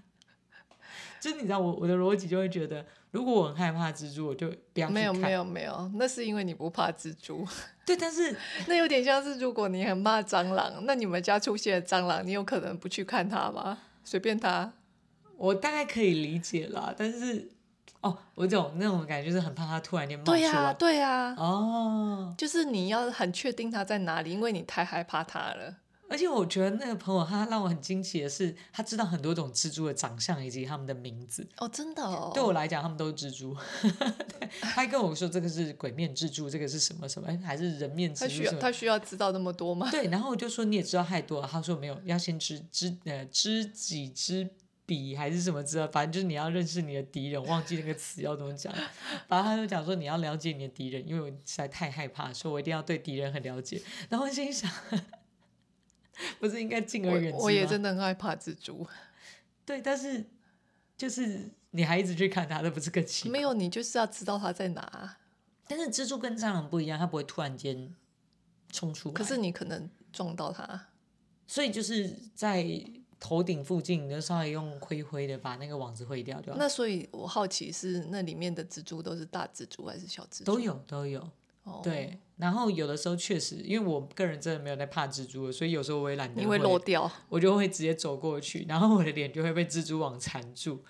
Speaker 2: 就是你知道我我的逻辑就会觉得，如果我很害怕蜘蛛，我就不要去
Speaker 1: 没有
Speaker 2: 看
Speaker 1: 没有没有，那是因为你不怕蜘蛛，
Speaker 2: 对，但是
Speaker 1: 那有点像是如果你很怕蟑螂，那你们家出现了蟑螂，你有可能不去看它吗？随便它，
Speaker 2: 我大概可以理解啦，但是哦，我懂那种感觉，就是很怕它突然间冒出来。
Speaker 1: 对呀、对呀、
Speaker 2: 哦，
Speaker 1: 就是你要很确定它在哪里，因为你太害怕它了。
Speaker 2: 而且我觉得那个朋友他让我很惊奇的是，他知道很多种蜘蛛的长相以及它们的名字。
Speaker 1: 哦，真的哦，
Speaker 2: 对我来讲，他们都是蜘蛛。 对他还跟我说这个是鬼面蜘蛛，这个是什么什么，哎还是人面
Speaker 1: 他
Speaker 2: 蜘蛛
Speaker 1: 需
Speaker 2: 什
Speaker 1: 要
Speaker 2: 么？
Speaker 1: 他需要知道那么多吗？
Speaker 2: 对，然后我就说你也知道太多了。他说没有，要先知知呃知己知彼还是什么之类的，反正就是你要认识你的敌人，忘记那个词要怎么讲。反正他就讲说你要了解你的敌人，因为我实在太害怕，所以我一定要对敌人很了解。然后心想， 不是应该敬而远
Speaker 1: 我
Speaker 2: 之吗？啊
Speaker 1: 我也真的很害怕蜘蛛，
Speaker 2: 对，但是就是你还一直去看它，那不是更奇怪？
Speaker 1: 没有你就是要知道它在哪，
Speaker 2: 但是蜘蛛跟蟑螂不一样，它不会突然间冲出来。
Speaker 1: 可是你可能撞到它。
Speaker 2: 所以就是在头顶附近，你就稍微用挥挥的把那个网子挥掉就好。
Speaker 1: 那所以我好奇是那里面的蜘蛛都是大蜘蛛还是小蜘蛛？
Speaker 2: 都有都有，
Speaker 1: 哦，
Speaker 2: 对。然后有的时候确实，因为我个人真的没有在怕蜘蛛的，所以有时候我也懒得
Speaker 1: 你会漏
Speaker 2: 挥
Speaker 1: 掉。
Speaker 2: 我就会直接走过去，然后我的脸就会被蜘蛛网缠住，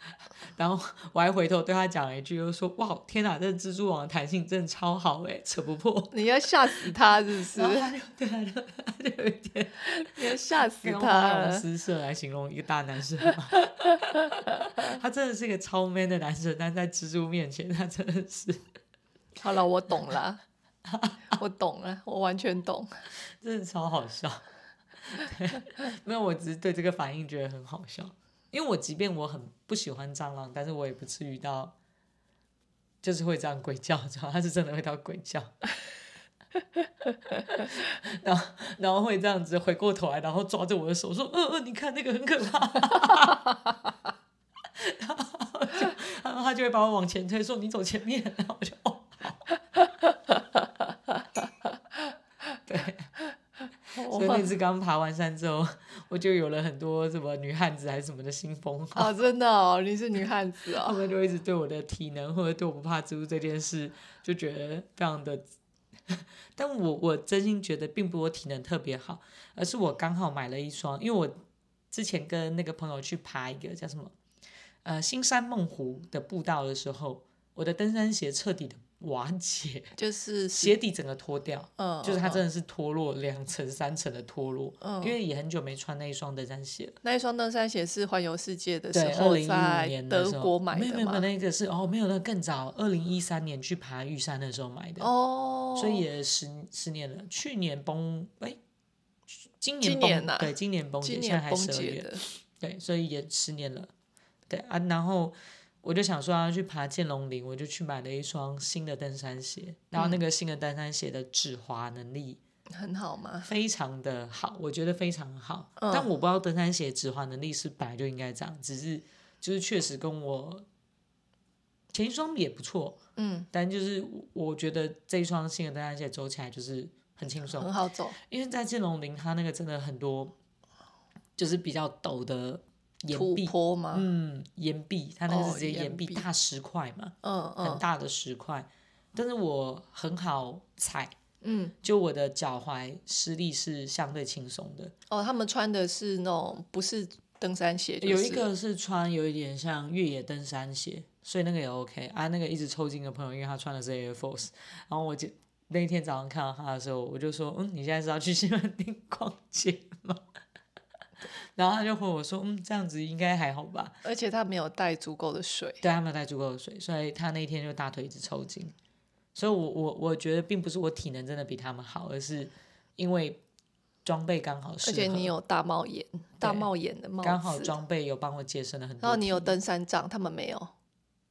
Speaker 2: 然后我还回头对他讲了一句，就说：“哇，天哪，这蜘蛛网的弹性真的超好哎，扯不破。
Speaker 1: 你要吓死它是不”是
Speaker 2: 然？后他就对啊他就他就有一点
Speaker 1: 你要吓死
Speaker 2: 用
Speaker 1: 它
Speaker 2: 花容
Speaker 1: 了。
Speaker 2: 失色来形容一个大男生嘛， 他真的是一个超 man 的男生，但在蜘蛛面前，他真的是
Speaker 1: 好了，我懂了，我懂了，我完全懂。
Speaker 2: 真的超好笑。 对，没有，我只是对这个反应觉得很好笑，因为我即便我很不喜欢蟑螂，但是我也不至于到就是会这样鬼叫， 知道吗它是真的会到鬼叫， 然后然后会这样子回过头来，然后抓着我的手说：“嗯、呃、嗯、呃，你看那个很可怕。”然后就然 后他就会把我往前推，说：“你走前面。”然后我就哦，好 对。所以那
Speaker 1: 我
Speaker 2: 次刚爬完山之后，我就有了很多什么女汉子还是什么的新封号，
Speaker 1: 啊，真的哦，你是女汉子
Speaker 2: 他
Speaker 1: 哦。
Speaker 2: 们就一直对我的体能或者对我不怕蜘蛛这件事，就觉得非常的。 但我我真心觉得，并不是我体能特别好，而是我刚好买了一双，因为我之前跟那个朋友去爬一个叫什么呃新山梦湖的步道的时候，我的登山鞋彻底的瓦解，
Speaker 1: 就是
Speaker 2: 鞋底整个脱掉。
Speaker 1: 嗯，
Speaker 2: 就是它
Speaker 1: 嗯
Speaker 2: 真的是脱落两层、三层的脱落，
Speaker 1: 嗯
Speaker 2: 因为也很久没穿那一双登山鞋了。
Speaker 1: 那一双登山鞋是环游世界的时
Speaker 2: 对，二
Speaker 1: 候
Speaker 2: 零一五
Speaker 1: 在
Speaker 2: 年的
Speaker 1: 德
Speaker 2: 时候
Speaker 1: 国买
Speaker 2: 没有没
Speaker 1: 的
Speaker 2: 有没有
Speaker 1: 吗？
Speaker 2: 那个是哦，没有那个更早，二零一三年去爬玉山的时候买的，
Speaker 1: 哦，
Speaker 2: 所以也十十年了。去年崩哎，今年
Speaker 1: 今
Speaker 2: 崩
Speaker 1: 年呐
Speaker 2: 对，今年崩解，
Speaker 1: 今
Speaker 2: 现在
Speaker 1: 年
Speaker 2: 还
Speaker 1: 崩
Speaker 2: 十二
Speaker 1: 解
Speaker 2: 月，
Speaker 1: 的，
Speaker 2: 对，所以也十年了，对啊，然后。我就想说要去爬剑龙岭，我就去买了一双新的登山鞋，
Speaker 1: 嗯
Speaker 2: 然后那个新的登山鞋的止滑能力
Speaker 1: 很好吗？
Speaker 2: 非常的好，我觉得非常好。
Speaker 1: 嗯
Speaker 2: 但我不知道登山鞋止滑能力是本来就应该这样，只是就是确实跟我前一双也不错，
Speaker 1: 嗯，
Speaker 2: 但就是我我觉得这一双新的登山鞋走起来就是很轻松，
Speaker 1: 很好走。
Speaker 2: 因为在剑龙林它那个真的很多就是比较陡的岩
Speaker 1: 土
Speaker 2: 壁，
Speaker 1: 坡吗？
Speaker 2: 嗯，岩壁，它那个是
Speaker 1: 哦
Speaker 2: 直接
Speaker 1: 岩
Speaker 2: 岩壁
Speaker 1: 壁
Speaker 2: 大石块嘛，
Speaker 1: 嗯
Speaker 2: 很
Speaker 1: 嗯
Speaker 2: 大的石块，但是我很好踩。
Speaker 1: 嗯，
Speaker 2: 就我的脚踝施力是相对轻松的，
Speaker 1: 哦，他们穿的是那种不是登山鞋，就
Speaker 2: 有一
Speaker 1: 是
Speaker 2: 个是穿有一点像越野登山鞋，所以那个也 OK 啊。那个一直抽筋的朋友，因为他穿的是 Air Force，然后我就那一天早上看到他的时候，我就说：“嗯，你现在是要去西门町逛街吗？”然后他就回我说：“嗯，这样子应该还好吧。
Speaker 1: 而且他没有带足够的水。”
Speaker 2: 对，他没有带足够的水，所以他那一天就大腿一直抽筋。所以我我我觉得并不是我体能真的比他们好，而是因为装备刚好适合，
Speaker 1: 而且你有大帽檐，大帽檐的帽子，
Speaker 2: 刚好装备有帮我节省了很多体力。
Speaker 1: 然后你有登山杖，他们没有。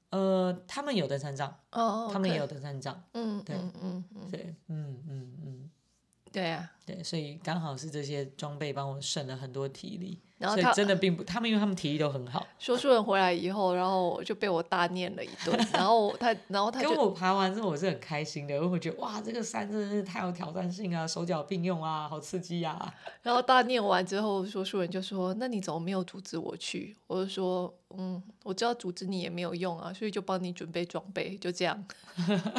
Speaker 2: 呃，他们有登山杖，
Speaker 1: 哦，
Speaker 2: 他们也
Speaker 1: OK
Speaker 2: 有登山杖，
Speaker 1: 嗯，
Speaker 2: 对
Speaker 1: 嗯嗯嗯，
Speaker 2: 对，嗯嗯嗯，
Speaker 1: 对啊，
Speaker 2: 对，所以刚好是这些装备帮我省了很多体力，
Speaker 1: 然后
Speaker 2: 所以
Speaker 1: 他
Speaker 2: 真的并不，他们因为他们体力都很好，
Speaker 1: 说书人回来以后，然后就被我大念了一 顿，然后他，然后他
Speaker 2: 跟
Speaker 1: 就
Speaker 2: 我爬完之后我是很开心的，因为我觉得哇，这个山真的是太有挑战性啊，手脚并用啊，好刺激啊！
Speaker 1: 然后大念完之后，说书人就说：“那你怎么没有阻止我去？”我就说：“嗯，我知道阻止你也没有用啊，所以就帮你准备装备，就这样。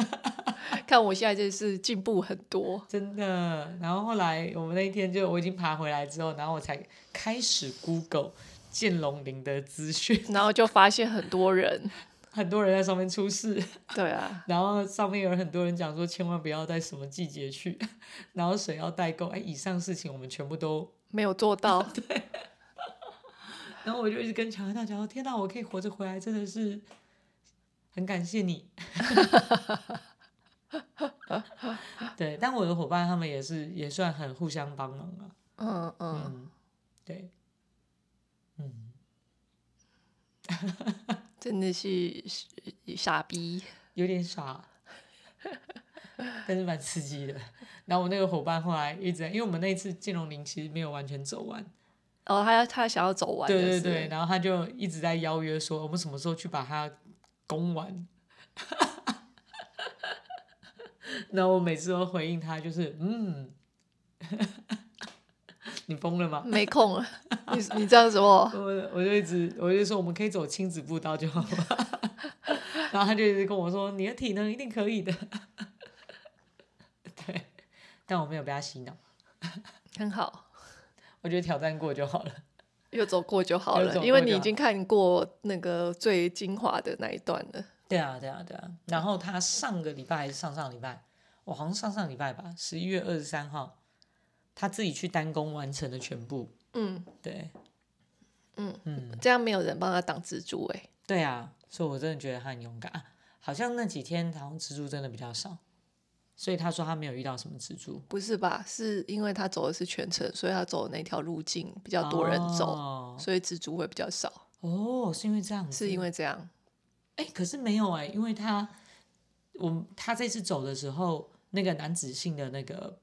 Speaker 1: 看我现在真是进步很多。
Speaker 2: 真的。然后后来我们那一天就我已经爬回来之后，然后我才开始 Google 剑龙林的资讯，”
Speaker 1: 然后就发现很多人，
Speaker 2: 很多人在上面出事，
Speaker 1: 对啊，
Speaker 2: 然后上面有很多人讲说千万不要在什么季节去， 然后水要代购。哎，以上事情我们全部都。
Speaker 1: 没有做到。
Speaker 2: 然后我就一直跟乔安娜讲说：“天哪，我可以活着回来，真的是很感谢你。” 对，但我的伙伴他们也是也算很互相帮忙啊。
Speaker 1: 嗯嗯，
Speaker 2: 嗯，对，嗯，
Speaker 1: 真的是是傻逼。
Speaker 2: 有点傻，但是蛮刺激的。然后我那个伙伴后来一直在，因为我们那一次建龙林其实没有完全走完，
Speaker 1: 哦，他他想要走完，
Speaker 2: 对对对，，然后他就一直在邀约说，我们什么时候去把它攻完。 然后我每次都回应他，就是嗯， 你疯了吗？
Speaker 1: 没空了。 你你这样子哦，
Speaker 2: 我我就一直我就说我们可以走亲子步道就好了， 然后他就一直跟我说你的体能一定可以的， 对，但我没有被他洗脑，
Speaker 1: 很好。
Speaker 2: 我觉得挑战过就好了，
Speaker 1: 又走过就好
Speaker 2: 又
Speaker 1: 了
Speaker 2: 走，
Speaker 1: 因为
Speaker 2: 过
Speaker 1: 你
Speaker 2: 就
Speaker 1: 已
Speaker 2: 好
Speaker 1: 经看过那个最精华的那一段了。
Speaker 2: 对啊对啊对啊，然后他上个礼拜还是上上礼拜，我好像上上礼拜吧，十一月二十三号，他自己去单攻完成了全部，
Speaker 1: 嗯，
Speaker 2: 对，
Speaker 1: 嗯
Speaker 2: 嗯，
Speaker 1: 这样没有人帮他挡蜘蛛哎、
Speaker 2: 对啊，所以我真的觉得他很勇敢，啊好像那几天好像蜘蛛真的比较少。所以他说他没有遇到什么蜘蛛，
Speaker 1: 不是吧？是因为他走的是全程，所以他走的那条路径比较多人走，
Speaker 2: 哦，
Speaker 1: 所以蜘蛛会比较少，
Speaker 2: 哦是因为这样子，
Speaker 1: 是因为这样。
Speaker 2: 哎、可是没有哎、因为他我他这次走的时候，那个男子性的那个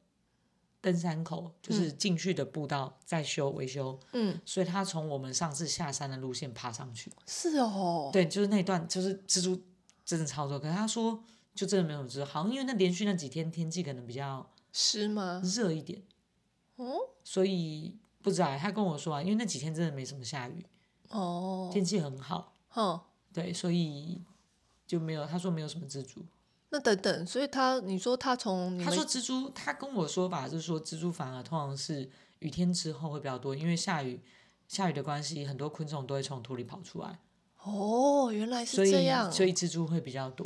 Speaker 2: 登山口就是进去的步道在修维修，
Speaker 1: 嗯，
Speaker 2: 所以他从我们上次下山的路线爬上去，
Speaker 1: 是哦，
Speaker 2: 对，就是那段就是蜘蛛真的超多，可是他说就真的没有蜘蛛，好像因为那连续那几天天气可能比较
Speaker 1: 是吗？
Speaker 2: 热一点，
Speaker 1: 哦
Speaker 2: 所以不知道欸他跟我说啊，因为那几天真的没什么下雨，
Speaker 1: 哦，
Speaker 2: 天气很好。
Speaker 1: 哼，
Speaker 2: 对，所以就没有他说没有什么蜘蛛。
Speaker 1: 那等等，所以他你说他从你
Speaker 2: 他
Speaker 1: 们
Speaker 2: 说蜘蛛，他跟我说法是说蜘蛛反而通常是雨天之后会比较多，因为下雨下雨的关系，很多昆虫都会从土里跑出来，
Speaker 1: 哦，原来
Speaker 2: 所
Speaker 1: 是
Speaker 2: 以
Speaker 1: 这样。
Speaker 2: 所以蜘蛛会比较多。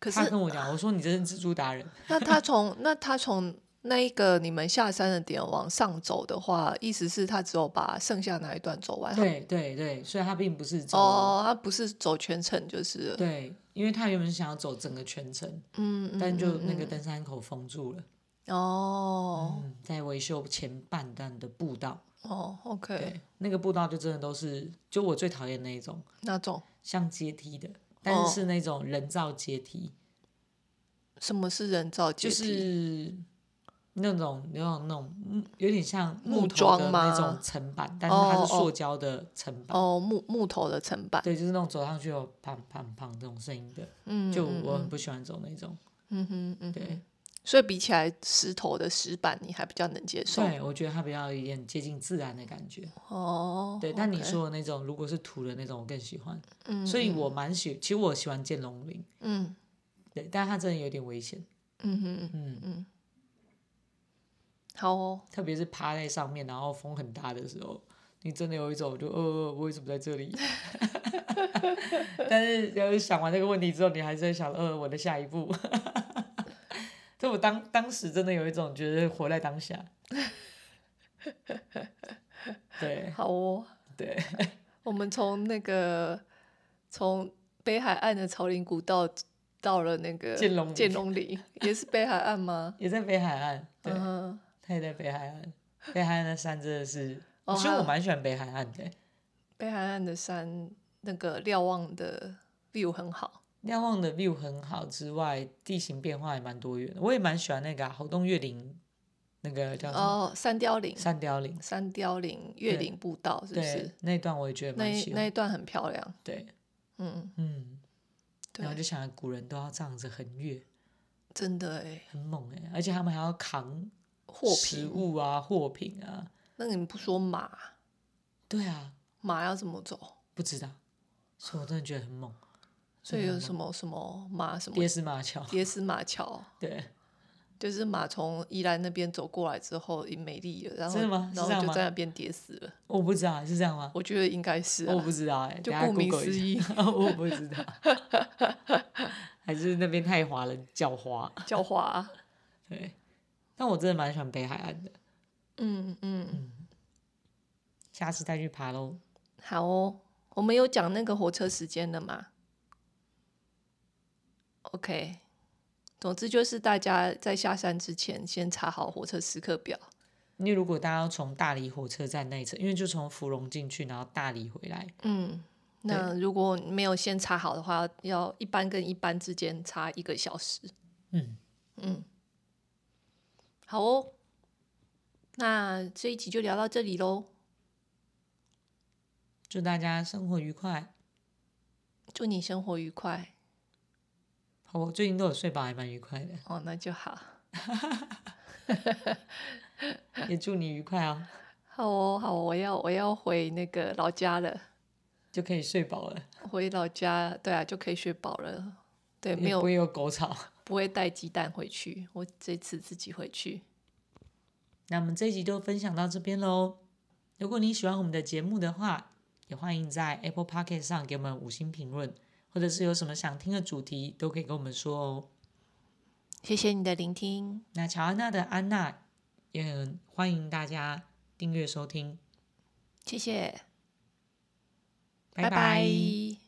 Speaker 1: 可是
Speaker 2: 他跟我讲，我说你真是蜘蛛达人，
Speaker 1: 那他从 那他从那一个你们下山的点往上走的话，意思是他只有把剩下那一段走完。
Speaker 2: 对对对，所以他并不是走、
Speaker 1: 呃哦，他不是走全程就是了。
Speaker 2: 对，因为他原本是想要走整个全程，
Speaker 1: 嗯，嗯
Speaker 2: 但就
Speaker 1: 嗯
Speaker 2: 那个登山口封住了，
Speaker 1: 哦、
Speaker 2: 嗯，在维修前半段的步道，
Speaker 1: 哦，OK，
Speaker 2: 嗯对，那个步道就真的都是就我最讨厌那一种。
Speaker 1: 那种
Speaker 2: 像阶梯的，但
Speaker 1: 哦
Speaker 2: 是是那种人造阶梯，
Speaker 1: 什么是人造阶
Speaker 2: 就
Speaker 1: 梯？
Speaker 2: 是那种那种那种嗯有点像
Speaker 1: 木
Speaker 2: 木头的
Speaker 1: 桩
Speaker 2: 那
Speaker 1: 吗
Speaker 2: 种层板，但是它
Speaker 1: 哦
Speaker 2: 是
Speaker 1: 哦
Speaker 2: 塑胶的层板。
Speaker 1: 哦，木木头的层板。
Speaker 2: 对，就是那种走上去有砰砰砰这种声音的，
Speaker 1: 嗯，
Speaker 2: 就
Speaker 1: 嗯
Speaker 2: 我很不喜欢走那种。
Speaker 1: 嗯哼嗯哼，
Speaker 2: 对，
Speaker 1: 所以比起来石头的石板，你还比较能接受。
Speaker 2: 对，我觉得它比较有一点接近自然的感觉。
Speaker 1: 哦，
Speaker 2: 对，但你
Speaker 1: OK，
Speaker 2: 说的那种如果是土的那种，我更喜欢。
Speaker 1: 嗯，
Speaker 2: 所以我蛮喜，其实我喜欢剑龙林，
Speaker 1: 嗯
Speaker 2: 对，但它真的有点危险，
Speaker 1: 嗯哼
Speaker 2: 嗯，
Speaker 1: 嗯，好哦，
Speaker 2: 特别是趴在上面，然后风很大的时候，你真的有一种就呃，我为什么在这里？ 但是呃，想完这个问题之后，你还是在想呃，我的下一步。 所以我当当时真的有一种觉得活在当下。对
Speaker 1: 好哦，
Speaker 2: 对，
Speaker 1: 我们从那个从北海岸的草岭古道到了那个
Speaker 2: 剑龙岭
Speaker 1: 剑龙岭，也是北海岸吗？
Speaker 2: 也在北海岸， 对，
Speaker 1: 嗯哼，
Speaker 2: 他也在北海岸。北海岸的山真的是，
Speaker 1: 哦
Speaker 2: 其实
Speaker 1: 还有
Speaker 2: 我蛮喜欢北海岸的。
Speaker 1: 北海岸的山那个瞭望的 view 很好。
Speaker 2: 瞭望的 view 很好之外，地形变化也蛮多元的。我也蛮喜欢那个啊、猴洞月岭那个叫什么
Speaker 1: 哦，三貂岭，
Speaker 2: 山雕岭，
Speaker 1: 三貂岭越
Speaker 2: 对
Speaker 1: 岭步道是不
Speaker 2: 对
Speaker 1: 是？
Speaker 2: 那一段我也觉得
Speaker 1: 那
Speaker 2: 蛮
Speaker 1: 一
Speaker 2: 喜
Speaker 1: 那
Speaker 2: 欢。
Speaker 1: 一段很漂亮，
Speaker 2: 对，
Speaker 1: 嗯，
Speaker 2: 嗯，
Speaker 1: 对
Speaker 2: 然后，就想古人都要这样子横越，
Speaker 1: 真的哎，
Speaker 2: 很猛哎、而且他们还要扛
Speaker 1: 货
Speaker 2: 食
Speaker 1: 品，
Speaker 2: 物啊、货品啊。
Speaker 1: 那你们不说马，
Speaker 2: 对啊，
Speaker 1: 马要怎么走？
Speaker 2: 不知道，所以我真的觉得很猛。
Speaker 1: 所以
Speaker 2: 真的
Speaker 1: 有
Speaker 2: 很
Speaker 1: 什么什么马什么
Speaker 2: 跌死马桥，
Speaker 1: 叠死马桥，
Speaker 2: 对，
Speaker 1: 就是马从宜兰那边走过来之后，也没力了，然后
Speaker 2: 真的吗是
Speaker 1: 然
Speaker 2: 这样
Speaker 1: 后就
Speaker 2: 吗
Speaker 1: 在那边跌死了。
Speaker 2: 我不知道是这样吗？
Speaker 1: 我觉得应该是、啊，
Speaker 2: 我不知道哎、
Speaker 1: 就
Speaker 2: 等下
Speaker 1: 顾名
Speaker 2: Google
Speaker 1: 思
Speaker 2: 一
Speaker 1: 义
Speaker 2: 下 我不知道，还是那边太滑了，叫滑。
Speaker 1: 叫花啊。
Speaker 2: 对，但我真的蛮喜欢北海岸的，
Speaker 1: 嗯嗯，
Speaker 2: 下次再去爬喽。
Speaker 1: 好哦，我们有讲那个火车时间的嘛？OK，总之就是大家在下山之前先查好火车时刻表。
Speaker 2: 因为如果大家要从大理火车站那一侧，因为就从芙蓉进去，然后大理回来，
Speaker 1: 嗯，那如果没有先查好的话，要一班跟一班之间差一个小时。
Speaker 2: 嗯，
Speaker 1: 嗯，好哦，那这一集就聊到这里喽。
Speaker 2: 祝大家生活愉快。
Speaker 1: 祝你生活愉快
Speaker 2: 好，我最近都有睡饱，还蛮愉快的，
Speaker 1: 哦，那就好，
Speaker 2: 也祝你愉快啊，
Speaker 1: 好哦，好哦，我要我要回那个老家了，
Speaker 2: 就可以睡饱了，
Speaker 1: 回老家，对啊，就可以睡饱了，对，没
Speaker 2: 也
Speaker 1: 有
Speaker 2: 不会有狗吵。
Speaker 1: 不会带鸡蛋回去，我这次自己回去。
Speaker 2: 那我们这一集就分享到这边喽。如果你喜欢我们的节目的话，也欢迎在 Apple p o c k e t 上给我们五星评论，或者是有什么想听的主题，都可以跟我们说哦。
Speaker 1: 谢谢你的聆听，
Speaker 2: 那乔安娜的安娜也很欢迎大家订阅收听，
Speaker 1: 谢谢，
Speaker 2: 拜
Speaker 1: 拜拜